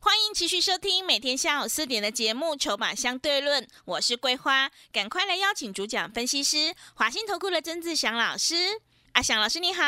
欢迎持续收听每天下午四点的节目《筹码相对论》，我是桂花，赶快来邀请主讲分析师华信投顾的曾志祥老师。阿祥老师你好，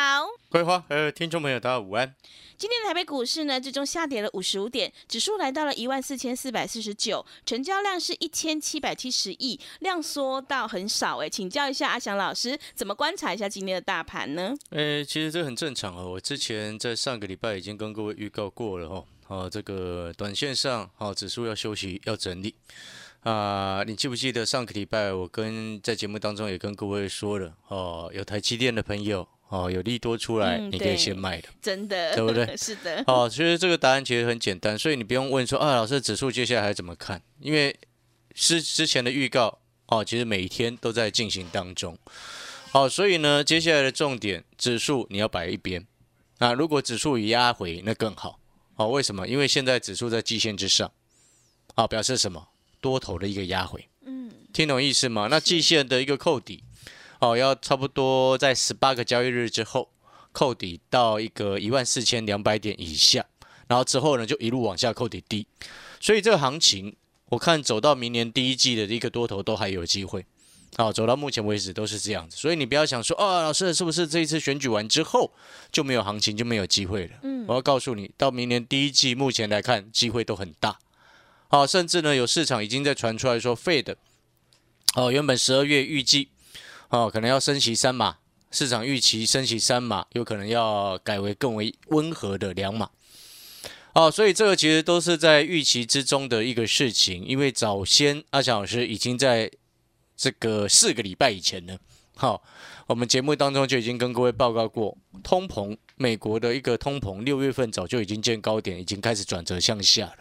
桂花，呃，听众朋友大家午安。今天的台北股市呢，最终下跌了五十五点，指数来到了一万四千四百四十九，成交量是一千七百七十亿，量缩到很少哎，请教一下阿祥老师，怎么观察一下今天的大盘呢？呃，其实这很正常哦，我之前在上个礼拜已经跟各位预告过了哦。哦，这个短线上，哦，指数要休息，要整理。啊、你记不记得上个礼拜我跟在节目当中也跟各位说了，哦，有台积电的朋友，哦，有利多出来，嗯你可对以先卖的。真的，对不对 是的，哦，其实这个答案其实很简单，所以你不用问说啊，老师指数接下来还怎么看？因为之之前的预告哦，其实每一天都在进行当中。好、所以呢，接下来的重点指数你要摆一边。那如果指数已压回，那更好。哦，为什么？因为现在指数在季线之上，啊、表示什么？多头的一个压回。嗯，听懂意思吗？那季线的一个扣底，哦，要差不多在十八个交易日之后扣底到一个一万四千两百点以下，然后之后呢就一路往下扣底低，所以这个行情我看走到明年第一季的一个多头都还有机会。哦，走到目前为止都是这样子，所以你不要想说，哦，老师是不是这一次选举完之后就没有行情，就没有机会了？嗯我要告诉你，到明年第一季目前来看，机会都很大。好、甚至呢有市场已经在传出来说，Fed 哦，原本十二月预计哦可能要升息三码，市场预期升息三码，有可能要改为更为温和的两码。哦，所以这个其实都是在预期之中的一个事情，因为早先阿强老师已经在这个四个礼拜以前呢，好、我们节目当中就已经跟各位报告过，通膨，美国的一个通膨，六月份早就已经见高点，已经开始转折向下了。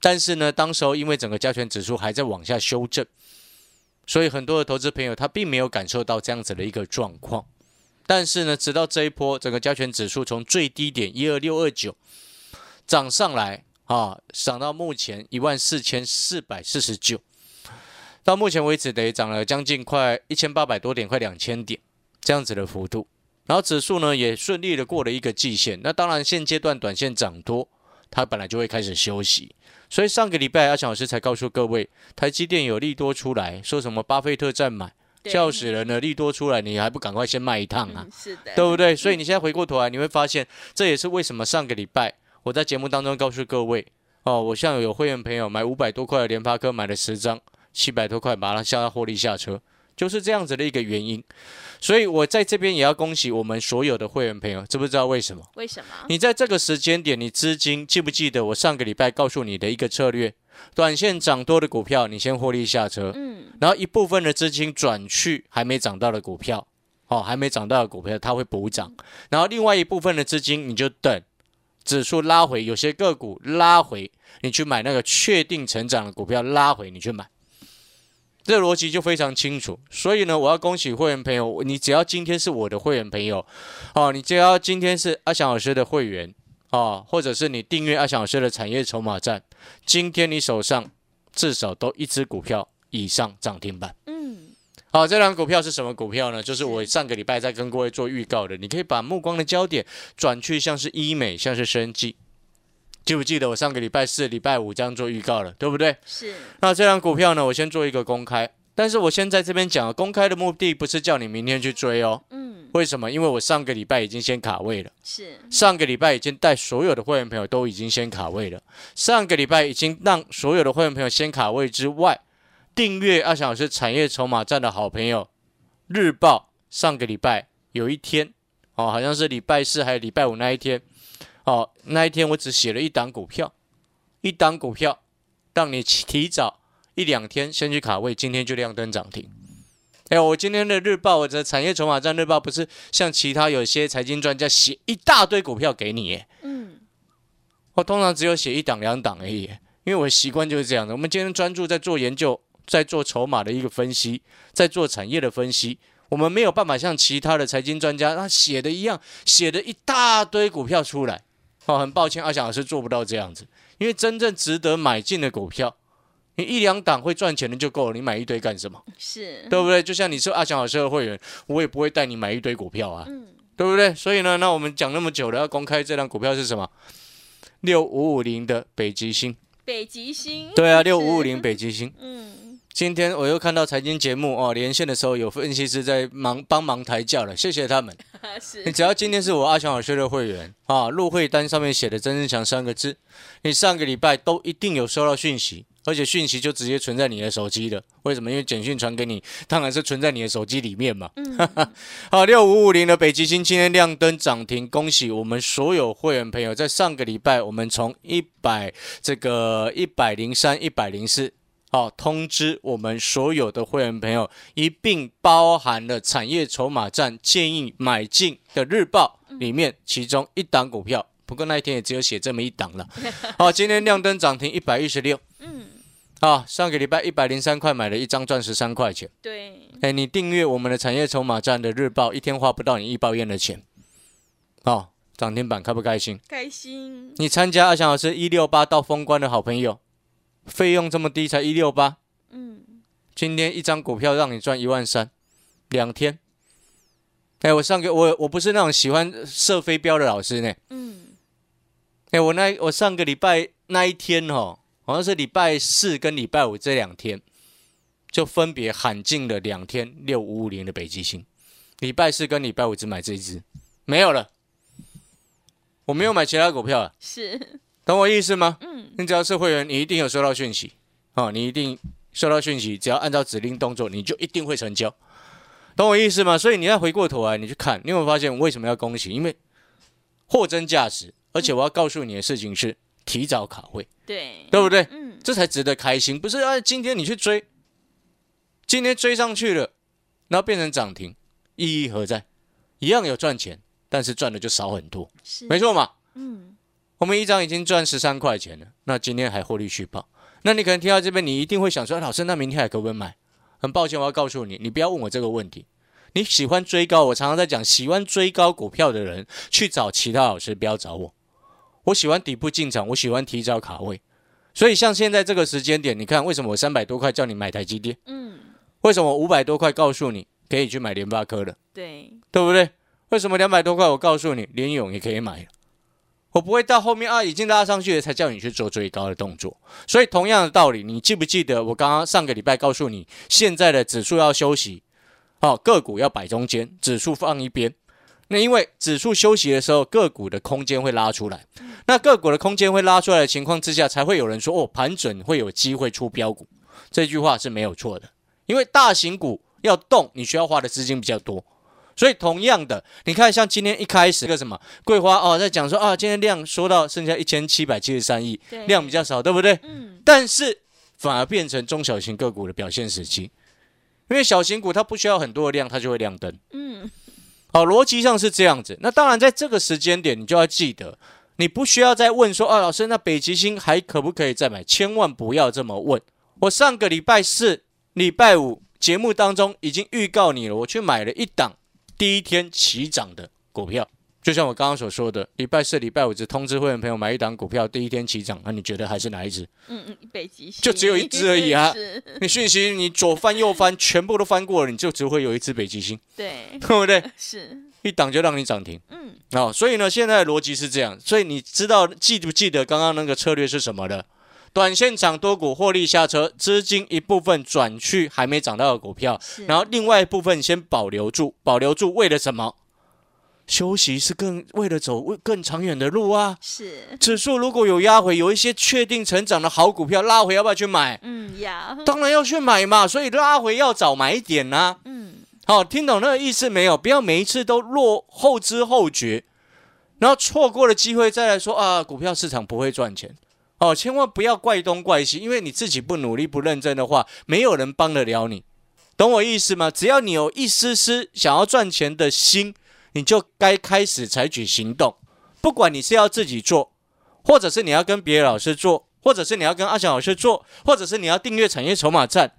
但是呢，当时候因为整个加权指数还在往下修正，所以很多的投资朋友他并没有感受到这样子的一个状况。但是呢，直到这一波整个加权指数从最低点一二六二九涨上来啊，涨到目前一万四千四百四十九，到目前为止等于涨了将近快一千八百多点，快两千点这样子的幅度。然后指数呢也顺利的过了一个季线。那当然，现阶段短线涨多，它本来就会开始休息。所以上个礼拜阿强老师才告诉各位，台积电有利多出来，说什么巴菲特在买，对笑死人了，利多出来你还不赶快先卖一趟啊？嗯是的，对不对？所以你现在回过头来，你会发现，这也是为什么上个礼拜我在节目当中告诉各位，哦，我像有会员朋友买五百多块的联发科，买了十张，七百多块，马上下获利下车，就是这样子的一个原因。所以我在这边也要恭喜我们所有的会员朋友，知不知道为什么？为什么？你在这个时间点，你资金记不记得我上个礼拜告诉你的一个策略？短线涨多的股票，你先获利下车，嗯，然后一部分的资金转去还没涨到的股票，哦，还没涨到的股票它会补涨，然后另外一部分的资金你就等指数拉回，有些个股拉回，你去买那个确定成长的股票拉回，你去买。这逻辑就非常清楚，所以呢，我要恭喜会员朋友，你只要今天是我的会员朋友，哦，你只要今天是阿翔老师的会员，哦，或者是你订阅阿翔老师的产业筹码站，今天你手上至少都一只股票以上涨停板。嗯，好，这张股票是什么股票呢？就是我上个礼拜在跟各位做预告的，你可以把目光的焦点转去像是医美，像是生技。记不记得我上个礼拜四、礼拜五这样做预告了，对不对？是，那这张股票呢，我先做一个公开，但是我先在这边讲，啊公开的目的不是叫你明天去追哦。嗯，为什么？因为我上个礼拜已经先卡位了。是，上个礼拜已经带所有的会员朋友都已经先卡位了，上个礼拜已经让所有的会员朋友先卡位之外，订阅阿翔老师产业筹码站的好朋友日报，上个礼拜有一天哦，好像是礼拜四还是礼拜五那一天哦，那一天我只写了一档股票，一档股票让你提早一两天先去卡位，今天就亮灯涨停。哎，我今天的日报，我的产业筹码站日报不是像其他有些财经专家写一大堆股票给你耶，嗯，我通常只有写一档两档而已耶，因为我的习惯就是这样的。我们今天专注在做研究，在做筹码的一个分析，在做产业的分析。我们没有办法像其他的财经专家他写的一样，写的一大堆股票出来。哦，很抱歉，阿翔老师做不到这样子，因为真正值得买进的股票，你一两档会赚钱的就够了，你买一堆干什么？是，对不对？就像你是阿强老师的会员，我也不会带你买一堆股票啊，嗯对不对？所以呢，那我们讲那么久了，要公开这档股票是什么？六五五零的北极星，北极星，对啊，是六五五零，北极星。嗯，今天我又看到财经节目哦，连线的时候有分析师在忙帮忙抬轿了，谢谢他们。你是只要今天是我阿强老师的会员啊，入会单上面写的“曾志强”三个字，你上个礼拜都一定有收到讯息，而且讯息就直接存在你的手机的。为什么？因为简讯传给你，当然是存在你的手机里面嘛。 好，六五五零的北极星今天亮灯涨停，恭喜我们所有会员朋友。在上个礼拜，我们从一百这个一百零三、一百零四。好，通知我们所有的会员朋友，一并包含了产业筹码站建议买进的日报里面其中一档股票。不过那一天也只有写这么一档了。好，今天亮灯涨停一百一十六。嗯。啊，上个礼拜一百零三块买了一张，赚十三块钱。对，哎，你订阅我们的产业筹码站的日报，一天花不到你一包烟的钱。哦，涨停板开不开心？开心，你参加阿翔老师一六八到封关的好朋友，费用这么低，才一六八。嗯，今天一张股票让你赚一万三，两天。哎，我上个我我不是那种喜欢射飞镖的老师呢。嗯，哎，我那我上个礼拜那一天哦，好像是礼拜四跟礼拜五这两天，就分别喊进了两天六五五零的北极星。礼拜四跟礼拜五只买这一只，没有了。我没有买其他股票了，啊是，懂我意思吗？嗯，你只要是会员，你一定有收到讯息哦，你一定收到讯息，只要按照指令动作，你就一定会成交，懂我意思吗？所以你要回过头来，你去看，你有没有发现我为什么要恭喜？因为货真价实，而且我要告诉你的事情是提早卡位，对，对不对？嗯，这才值得开心，不是啊？今天你去追，今天追上去了，然后变成涨停，意义何在？一样有赚钱，但是赚的就少很多，是，没错嘛。嗯，我们一张已经赚十三块钱了，那今天还获利续报。那你可能听到这边，你一定会想说，啊老师，那明天还可不可以买？很抱歉，我要告诉你，你不要问我这个问题。你喜欢追高，我常常在讲，喜欢追高股票的人去找其他老师，不要找我。我喜欢底部进场，我喜欢提早卡位。所以像现在这个时间点，你看为什么我三百多块叫你买台积电？嗯，为什么我五百多块告诉你可以去买联发科了？对，对不对？为什么两百多块？我告诉你，联勇也可以买了我不会到后面啊，已经拉上去了才叫你去做追高的动作。所以同样的道理，你记不记得我刚刚上个礼拜告诉你，现在的指数要休息，哦，个股要摆中间，指数放一边。那因为指数休息的时候，个股的空间会拉出来，那个股的空间会拉出来的情况之下，才会有人说哦，盘整会有机会出标股。这句话是没有错的，因为大型股要动，你需要花的资金比较多。所以同样的，你看像今天一开始那个什么桂花哦，在讲说啊，今天量缩到剩下一千七百七十三亿，对，量比较少，对不对？嗯，但是反而变成中小型个股的表现时期，因为小型股它不需要很多的量，它就会亮灯。嗯，好，逻辑上是这样子。那当然，在这个时间点，你就要记得，你不需要再问说，啊，老师，那北极星还可不可以再买？千万不要这么问。我上个礼拜四、礼拜五节目当中已经预告你了，我去买了一档第一天起涨的股票。就像我刚刚所说的，礼拜四、礼拜五只通知会员朋友买一档股票，第一天起涨，那、你觉得还是哪一只？嗯嗯，北极星就只有一只而已 啊是你讯息你左翻右翻，全部都翻过了，你就只会有一只北极星，对，对不对？是，一档就让你涨停。嗯，哦，所以呢，现在的逻辑是这样，所以你知道记不记得刚刚那个策略是什么了？短线涨多股获利下车，资金一部分转去还没涨到的股票，是，然后另外一部分先保留住，保留住为了什么？休息是更为了走更长远的路啊。是，指数如果有压回，有一些确定成长的好股票拉回，要不要去买？嗯，要，当然要去买嘛，所以拉回要早买一点呐、嗯，好、听懂那个意思没有？不要每一次都落后知后觉，然后错过了机会再来说啊，股票市场不会赚钱。哦，千万不要怪东怪西，因为你自己不努力、不认真的话，没有人帮得了你，懂我意思吗？只要你有一丝丝想要赚钱的心，你就该开始采取行动。不管你是要自己做，或者是你要跟别的老师做，或者是你要跟阿翔老师做，或者是你要订阅产业筹码站，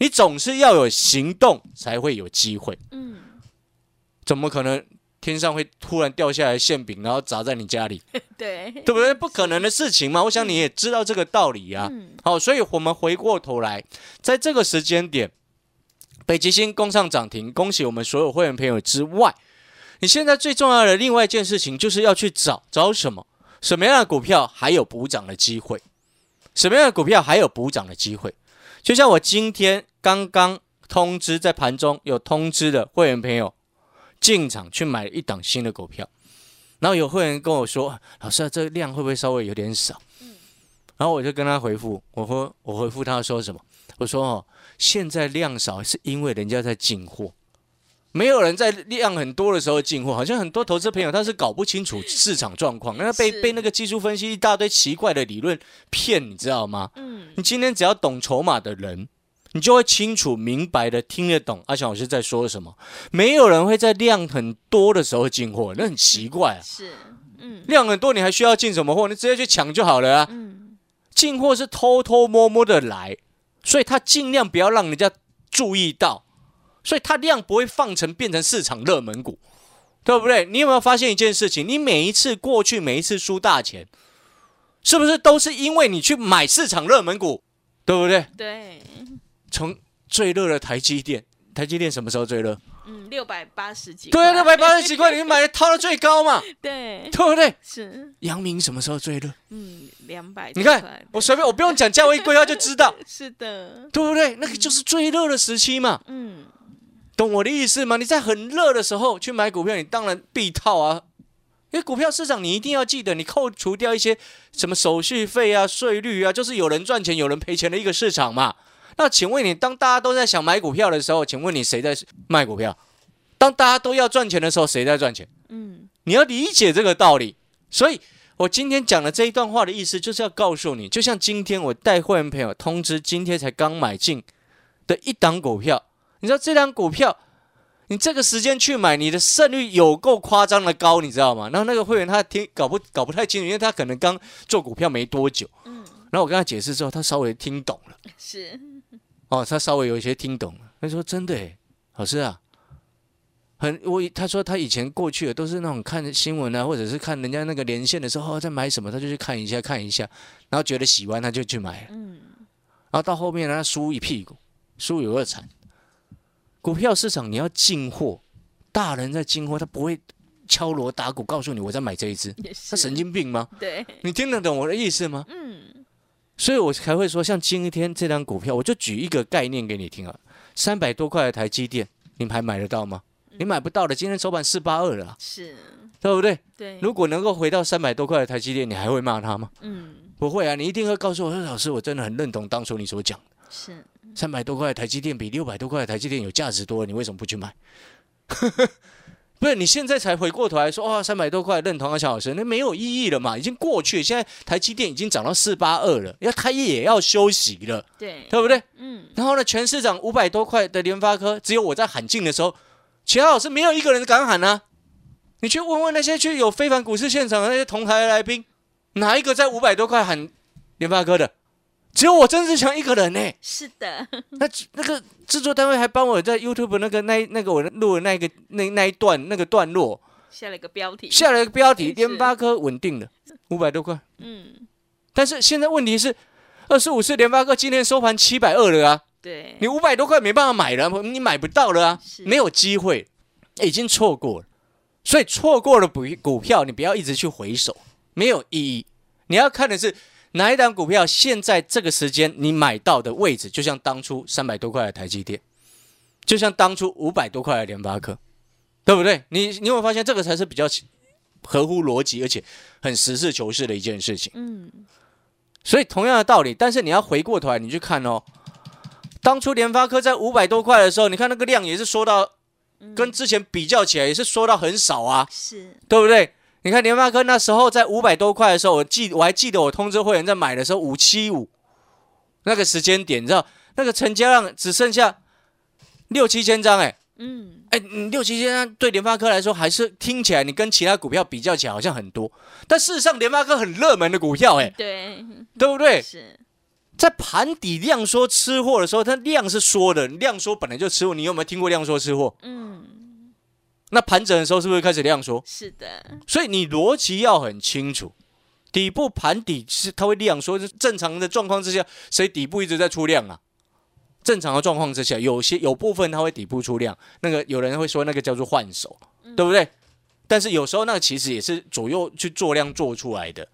你总是要有行动才会有机会。嗯，怎么可能天上会突然掉下来馅饼，然后砸在你家里，对，对不对？不可能的事情嘛。我想你也知道这个道理呀、嗯，好，所以我们回过头来，在这个时间点，北极星攻上涨停，恭喜我们所有会员朋友之外，你现在最重要的另外一件事情就是要去找找什么？什么样的股票还有补涨的机会？什么样的股票还有补涨的机会？就像我今天刚刚通知，在盘中有通知的会员朋友进场去买一档新的股票，然后有会员跟我说：“老师、啊，这个量会不会稍微有点少？”嗯然后我就跟他回复，我回我回复他说什么？我说：“哦，现在量少是因为人家在进货，没有人在量很多的时候进货。好像很多投资朋友他是搞不清楚市场状况，那被是被那个技术分析一大堆奇怪的理论骗，你知道吗？嗯，你今天只要懂筹码的人，你就会清楚明白的听得懂阿翔老师在说什么。没有人会在量很多的时候进货，那很奇怪啊。是，嗯量很多你还需要进什么货？你直接去抢就好了啊。嗯，进货是偷偷摸摸的来，所以他尽量不要让人家注意到，所以他量不会放成变成市场热门股，对不对？你有没有发现一件事情？你每一次过去每一次输大钱，是不是都是因为你去买市场热门股，对不对？对，从最热的台积电，台积电什么时候最热？嗯，六百八十几，对啊，六百八十几块，你买的套到最高嘛，对，对不对？是，阳明什么时候最热？嗯，两百，你看，我随便，我不 用讲价位规划就知道，是的，对不对？那个就是最热的时期嘛，嗯，懂我的意思吗？你在很热的时候去买股票，你当然必套啊。因为股票市场，你一定要记得，你扣除掉一些什么手续费啊、税率啊，就是有人赚钱、有人赔钱的一个市场嘛。那请问你，当大家都在想买股票的时候，请问你谁在卖股票？当大家都要赚钱的时候，谁在赚钱？嗯，你要理解这个道理。所以我今天讲的这一段话的意思，就是要告诉你，就像今天我带会员朋友通知，今天才刚买进的一档股票，你知道这档股票，你这个时间去买，你的胜率有够夸张的高，你知道吗？然后那个会员他听搞不搞不太清楚，因为他可能刚做股票没多久。嗯然后我跟他解释之后，他稍微听懂了。是，哦，他稍微有一些听懂了。他说：“真的耶，老师啊，很我以他说他以前过去的都是那种看新闻啊，或者是看人家那个连线的时候、哦、在买什么，他就去看一下看一下，然后觉得喜欢他就去买了，嗯，然后到后面呢他输一屁股，输有二惨。股票市场你要进货，大人在进货，他不会敲锣打鼓告诉你我在买这一只，也他是，神，经病吗？对，你听得懂我的意思吗？嗯，所以我才会说，像今天这张股票，我就举一个概念给你听啊，三百多块的台积电，你们还买得到吗？你买不到的，今天收盘四八二了啊，是，对不对？对，如果能够回到三百多块的台积电，你还会骂他吗？嗯，不会啊，你一定会告诉我说，老师，我真的很认同当初你所讲的，是，三百多块的台积电比六百多块的台积电有价值多，你为什么不去买？ 不是，你现在才回过头来说，哇、哦，三百多块认同阿强老师，那没有意义了嘛，已经过去了。现在台积电已经涨到四八二了，要它也要休息了。对，对不对？嗯，然后呢，全市场五百多块的联发科，只有我在喊进的时候，其他老师没有一个人敢喊啊。你去问问那些去有非凡股市现场的那些同台的来宾，哪一个在五百多块喊联发科的？只有我曾志强一个人呢、是的， 那那个制作单位还帮我在 YouTube 那个那那个我录的那个那那一段那个段落下了一个标题，下了一个标题：是联发科稳定的五百多块。嗯，但是现在问题是，二十五是联发科今天收盘七百二了啊。对，你五百多块没办法买了，你买不到了啊是，没有机会，已经错过了。所以错过了股股票，你不要一直去回首，没有意义。你要看的是哪一档股票现在这个时间你买到的位置，就像当初三百多块的台积电，就像当初五百多块的联发科，对不对？你你有没有发现这个才是比较合乎逻辑，而且很实事求是的一件事情。嗯，所以同样的道理，但是你要回过头来，你去看哦，当初联发科在五百多块的时候，你看那个量也是缩到，跟之前比较起来也是缩到很少啊，是，对不对？你看联发科那时候在五百多块的时候，我记我还记得我通知会员在买的时候五七五那个时间点，你知道那个成交量只剩下六七千张、哎嗯，哎，你六七千张对联发科来说还是听起来你跟其他股票比较起来好像很多，但事实上联发科很热门的股票、哎，对，对不对？是，在盘底量缩吃货的时候，它量是缩的，量缩本来就吃货。你有没有听过量缩吃货？嗯，那盘整的时候是不是开始量缩？是的，所以你逻辑要很清楚。底部盘底是它会量缩，是正常的状况之下，谁底部一直在出量啊？正常的状况之下，有些有部分它会底部出量，那个有人会说那个叫做换手，对不对？但是有时候那个其实也是左右去做量做出来的，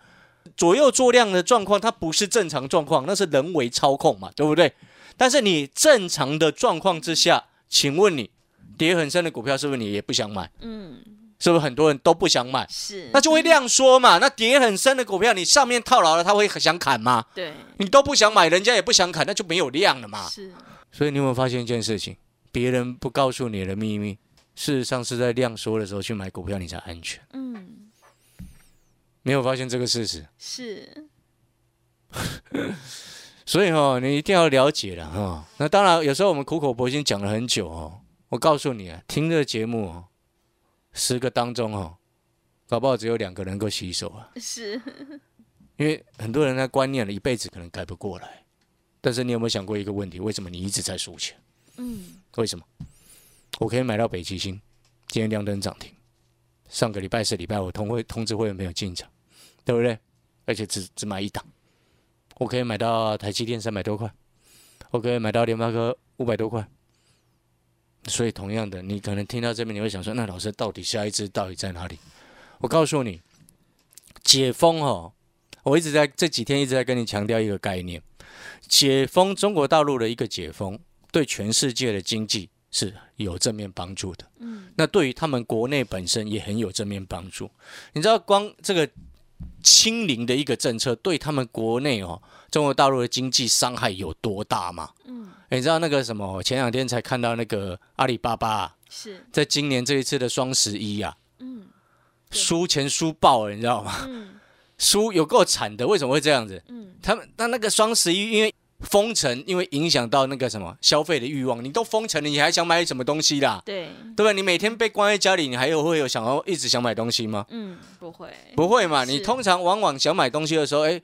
左右做量的状况它不是正常状况，那是人为操控嘛，对不对？但是你正常的状况之下，请问你跌很深的股票是不是你也不想买？嗯，是不是很多人都不想买？是，那就会量缩嘛。那跌很深的股票，你上面套牢了，他会想砍吗？对，你都不想买，人家也不想砍，那就没有量了嘛。是，所以你有没有发现一件事情？别人不告诉你的秘密，事实上是在量缩的时候去买股票，你才安全。嗯，你有发现这个事实？是，所以哦，你一定要了解了哈、哦。那当然，有时候我们苦口婆心讲了很久哦。我告诉你啊，听这个节目哦，十个当中哦，搞不好只有两个能够洗手啊。是，因为很多人的观念了一辈子可能改不过来。但是你有没有想过一个问题？为什么你一直在输钱？嗯，为什么？我可以买到北极星，今天亮灯涨停。上个礼拜是礼拜我通会通知会员朋友进场，对不对？而且只只买一档，我可以买到台积电三百多块，我可以买到联发科五百多块。所以同样的，你可能听到这边你会想说，那老师到底下一只到底在哪里？我告诉你，解封哦，我一直在这几天一直在跟你强调一个概念，解封中国大陆的一个解封，对全世界的经济是有正面帮助的。嗯，那对于他们国内本身也很有正面帮助。你知道，光这个清零的一个政策，对他们国内哦，中国大陆的经济伤害有多大吗？嗯，你知道那个什么？前两天才看到那个阿里巴巴啊、是，在今年这一次的双十一啊，嗯，对输钱输爆了，你知道吗？嗯，输有够惨的，为什么会这样子？嗯，他们那那个双十一因为封城，因为影响到那个什么消费的欲望，你都封城了，你还想买什么东西啦？对，对不对？你每天被关在家里，你还有会有想要一直想买东西吗？嗯，不会，不会嘛，是你通常往往想买东西的时候，哎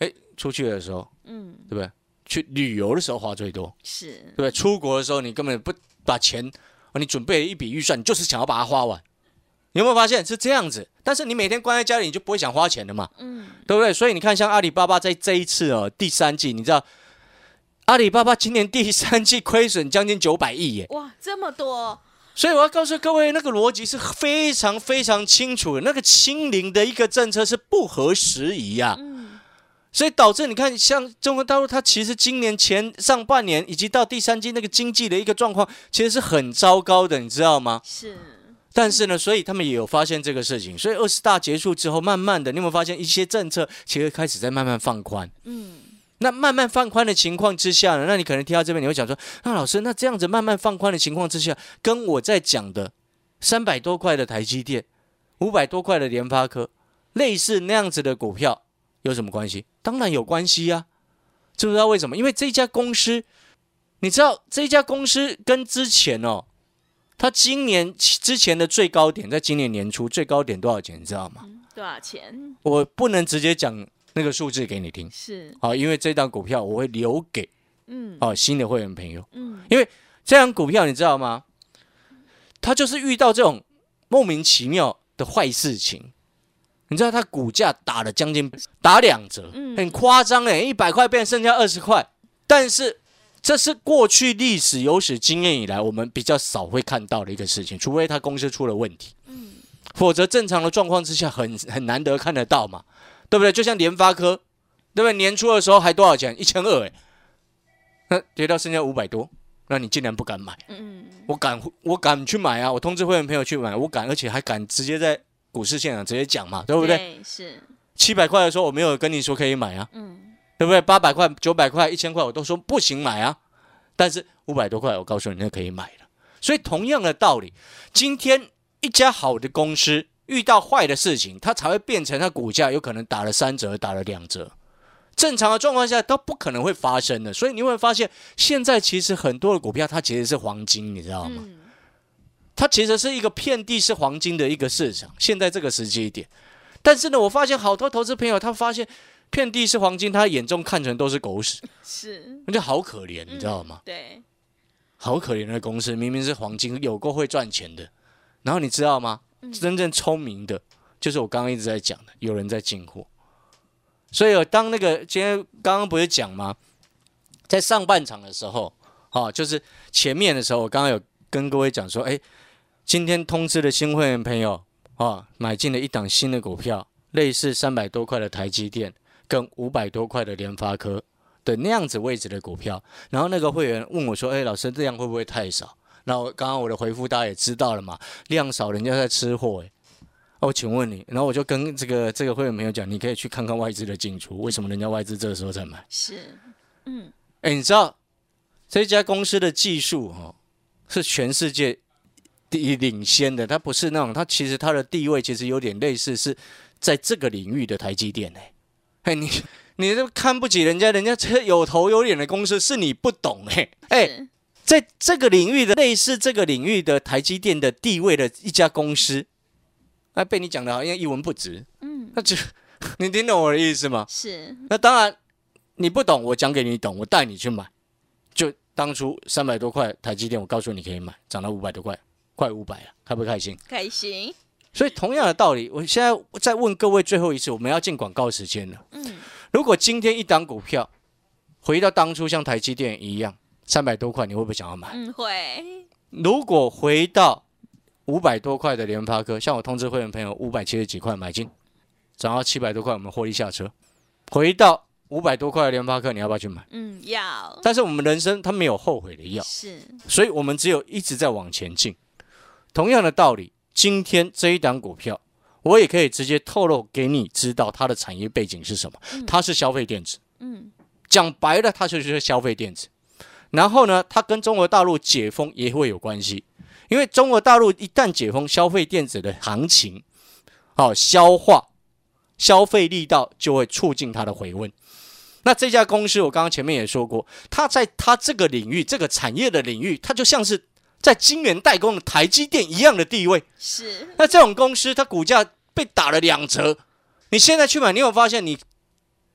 哎，出去的时候，嗯，对不对？去旅游的时候花最多，是对，不对？出国的时候你根本不把钱，哦你准备了一笔预算，你就是想要把它花完。你有没有发现是这样子？但是你每天关在家里，你就不会想花钱了嘛？嗯，对不对？所以你看，像阿里巴巴在这一次哦，第三季，你知道阿里巴巴今年第三季亏损将近九百亿耶。哇，这么多，所以我要告诉各位，那个逻辑是非常非常清楚的，那个清零的一个政策是不合时宜啊。嗯，所以导致你看，像中国大陆，它其实今年前上半年以及到第三季那个经济的一个状况，其实是很糟糕的，你知道吗？是，但是呢，所以他们也有发现这个事情，所以二十大结束之后，慢慢的，你有没有发现一些政策其实开始在慢慢放宽？嗯，那慢慢放宽的情况之下呢，那你可能听到这边你会想说，那老师，那这样子慢慢放宽的情况之下，跟我在讲的三百多块的台积电、五百多块的联发科，类似那样子的股票有什么关系？当然有关系啊，知不知道为什么？因为这家公司，你知道这家公司跟之前哦，它今年之前的最高点，在今年年初最高点多少钱，你知道吗？多少钱？我不能直接讲那个数字给你听。是，好，因为这档股票我会留给嗯，哦新的会员朋友。嗯，这档股票你知道吗？它就是遇到这种莫名其妙的坏事情，你知道它股价打了将近打两折，嗯很夸张哎，一百块变剩下二十块，但是。这是过去历史有史经验以来，我们比较少会看到的一个事情，除非他公司出了问题，嗯，否则正常的状况之下很很难得看得到嘛，对不对？就像联发科，对不对？年初的时候还多少钱？一千二哎，那跌到剩下五百多，那你竟然不敢买？嗯，我敢，我敢去买啊！我通知会员朋友去买，我敢，而且还敢直接在股市现场直接讲嘛，对不对？对？是，七百块的时候我没有跟你说可以买啊，嗯，对不对？八百块、九百块、一千块我都说不行买啊，但是五百多块我告诉你那可以买了。所以同样的道理，今天一家好的公司遇到坏的事情，它才会变成它股价有可能打了三折、打了两折。正常的状况下，它不可能会发生的。所以你会发现，现在其实很多的股票它其实是黄金，你知道吗？嗯，它其实是一个遍地是黄金的一个市场，现在这个时机点。但是呢，我发现好多投资朋友他发现遍地是黄金，他眼中看成都是狗屎，是，那就好可怜，你知道吗？对，好可怜的公司，明明是黄金，有够会赚钱的，然后你知道吗？真正聪明的，就是我刚刚一直在讲的，有人在进货。所以哦当那个今天刚刚不是讲吗？在上半场的时候，哦，就是前面的时候，我刚刚有跟各位讲说，哎，今天通知的新会员朋友，啊，买进了一档新的股票，类似三百多块的台积电跟五百多块的联发科的那样子位置的股票。然后那个会员问我说：“哎，老师，这样会不会太少？”那我刚刚我的回复大家也知道了嘛，量少人家在吃货哎。哦，请问你，然后我就跟这个这个会员朋友讲，你可以去看看外资的进出，为什么人家外资这个时候在买？是，嗯，哎，你知道这家公司的技术哦，是全世界第一领先的，它不是那种，它其实它的地位其实有点类似是在这个领域的台积电哎，哎你你都看不起人家，人家这有头有脸的公司是你不懂哎哎，是，在这个领域的类似这个领域的台积电的地位的一家公司，那被你讲的好像一文不值，嗯，那就 你听懂我的意思吗？是，那当然，你不懂，我讲给你懂，我带你去买。就当初三百多块台积电，我告诉你可以买，涨到五百多块，快五百了，开不开心？开心，所以同样的道理，我现在再问各位最后一次，我们要进广告时间了。嗯，如果今天一档股票回到当初像台积电一样三百多块，你会不会想要买？嗯，会，如果回到五百多块的联发科，像我通知会员朋友五百七十几块买进，涨到七百多块，我们获利下车，回到五百多块的联发科，你要不要去买？嗯，要，但是我们人生它没有后悔的药，是，所以我们只有一直在往前进。同样的道理，今天这一档股票，我也可以直接透露给你知道它的产业背景是什么嗯。它是消费电子，嗯，讲白了，它就是消费电子。然后呢，它跟中国大陆解封也会有关系，因为中国大陆一旦解封，消费电子的行情，好、消化消费力道就会促进它的回温。那这家公司，我刚刚前面也说过，它在它这个领域、这个产业的领域，它就像是在晶圆代工的台积电一样的地位。是，那这种公司，它股价被打了两折，你现在去买，你有发现你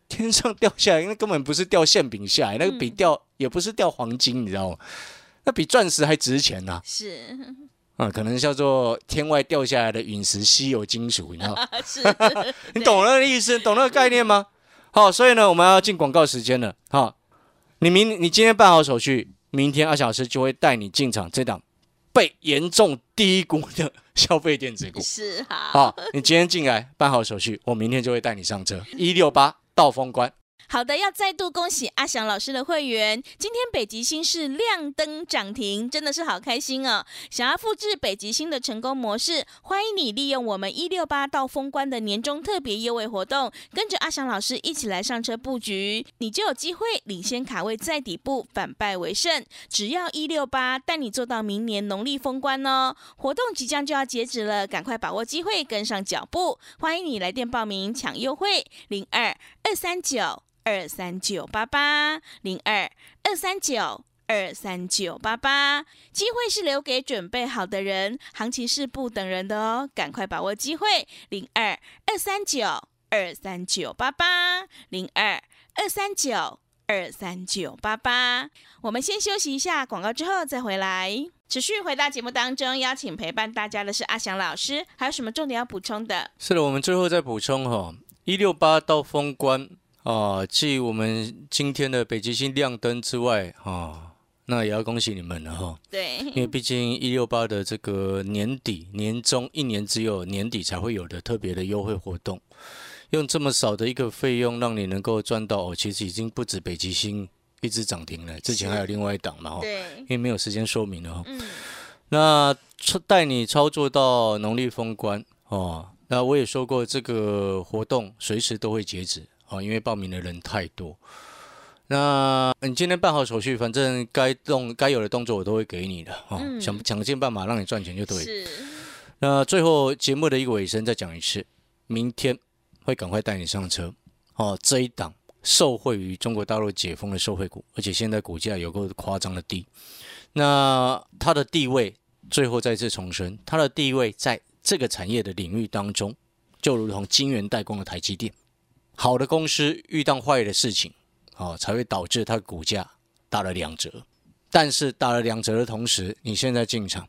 天上掉下来，那根本不是掉馅饼下来，那个比掉、也不是掉黄金，你知道吗？那比钻石还值钱呐、是，啊，可能叫做天外掉下来的陨石稀有金属，你知道吗？啊， 是， 你懂那个意思，懂那个概念吗？好，所以呢，我们要进广告时间了。好，你明你今天办好手续，明天阿小师就会带你进场这档被严重低估的 消费电子股。是，好。好，你今天进来办好手续，我明天就会带你上车。一六八到封关。好的，要再度恭喜阿翔老师的会员，今天北极星是亮灯涨停，真的是好开心哦！想要复制北极星的成功模式，欢迎你利用我们一六八到封关的年终特别优惠活动，跟着阿翔老师一起来上车布局，你就有机会领先卡位在底部，反败为胜。只要一六八带你做到明年农历封关哦！活动即将就要截止了，赶快把握机会，跟上脚步。欢迎你来电报名抢优惠，零二二三九二三九八八零二二三九。二三九八八，机会是留给准备好的人，行情是不等人的哦，赶快把握机会，零二二三九二三九八八，零二二三九二三九八八。我们先休息一下，广告之后再回来。持续回到节目当中，邀请陪伴大家的是阿翔老师，还有什么重点要补充的？是的，我们最后再补充哈、哦，一六八到封关啊，继我们今天的北极星亮灯之外啊、那也要恭喜你们了哈、因对，为毕竟一六八的这个年底、年终一年只有年底才会有的特别的优惠活动，用这么少的一个费用让你能够赚到哦，其实已经不止北极星一只涨停了，之前还有另外一档嘛哈、哦，对因，为没有时间说明了哈、哦。嗯，那操带你操作到农历封关哦。那我也说过，这个活动随时都会截止哦，因为报名的人太多。那嗯你今天办好手续，反正该动该有的动作我都会给你的哦，嗯想想尽办法让你赚钱就对了。是，那最后节目的一个尾声再讲一次，明天会赶快带你上车哦。这一档受惠于中国大陆解封的受惠股，而且现在股价有够夸张的低，那它的地位最后再次重申，它的地位在这个产业的领域当中，就如同晶圆代工的台积电，好的公司遇到坏的事情，哦，才会导致它的股价打了两折。但是打了两折的同时，你现在进场。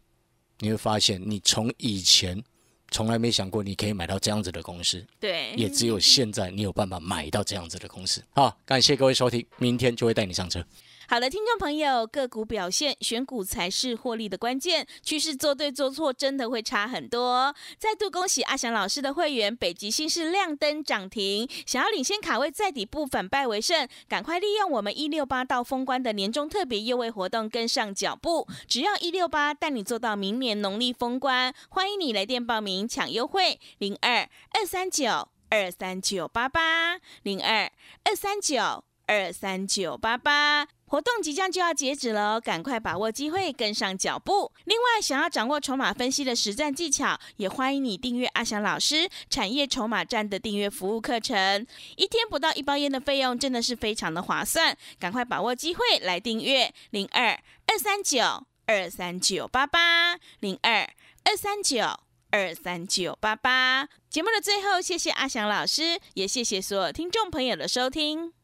你会发现，你从以前从来没想过你可以买到这样子的公司，对，也只有现在你有办法买到这样子的公司。好，感谢各位收听，明天就会带你上车。好的，听众朋友，个股表现，选股才是获利的关键，趋势做对做错真的会差很多。再度恭喜阿翔老师的会员北极星是亮灯涨停，想要领先卡位在底部反败为胜，赶快利用我们一六八到封关的年终特别优惠活动跟上脚步，只要一六八带你做到明年农历封关，欢迎你来电报名抢优惠零二二三九二三九八八零二二三九二三九八八。活动即将就要截止了哦，赶快把握机会，跟上脚步。另外，想要掌握筹码分析的实战技巧，也欢迎你订阅阿翔老师《产业筹码站》的订阅服务课程，一天不到一包烟的费用，真的是非常的划算。赶快把握机会来订阅零二二三九二三九八八零二二三九二三九八八。节目的最后，谢谢阿翔老师，也谢谢所有听众朋友的收听。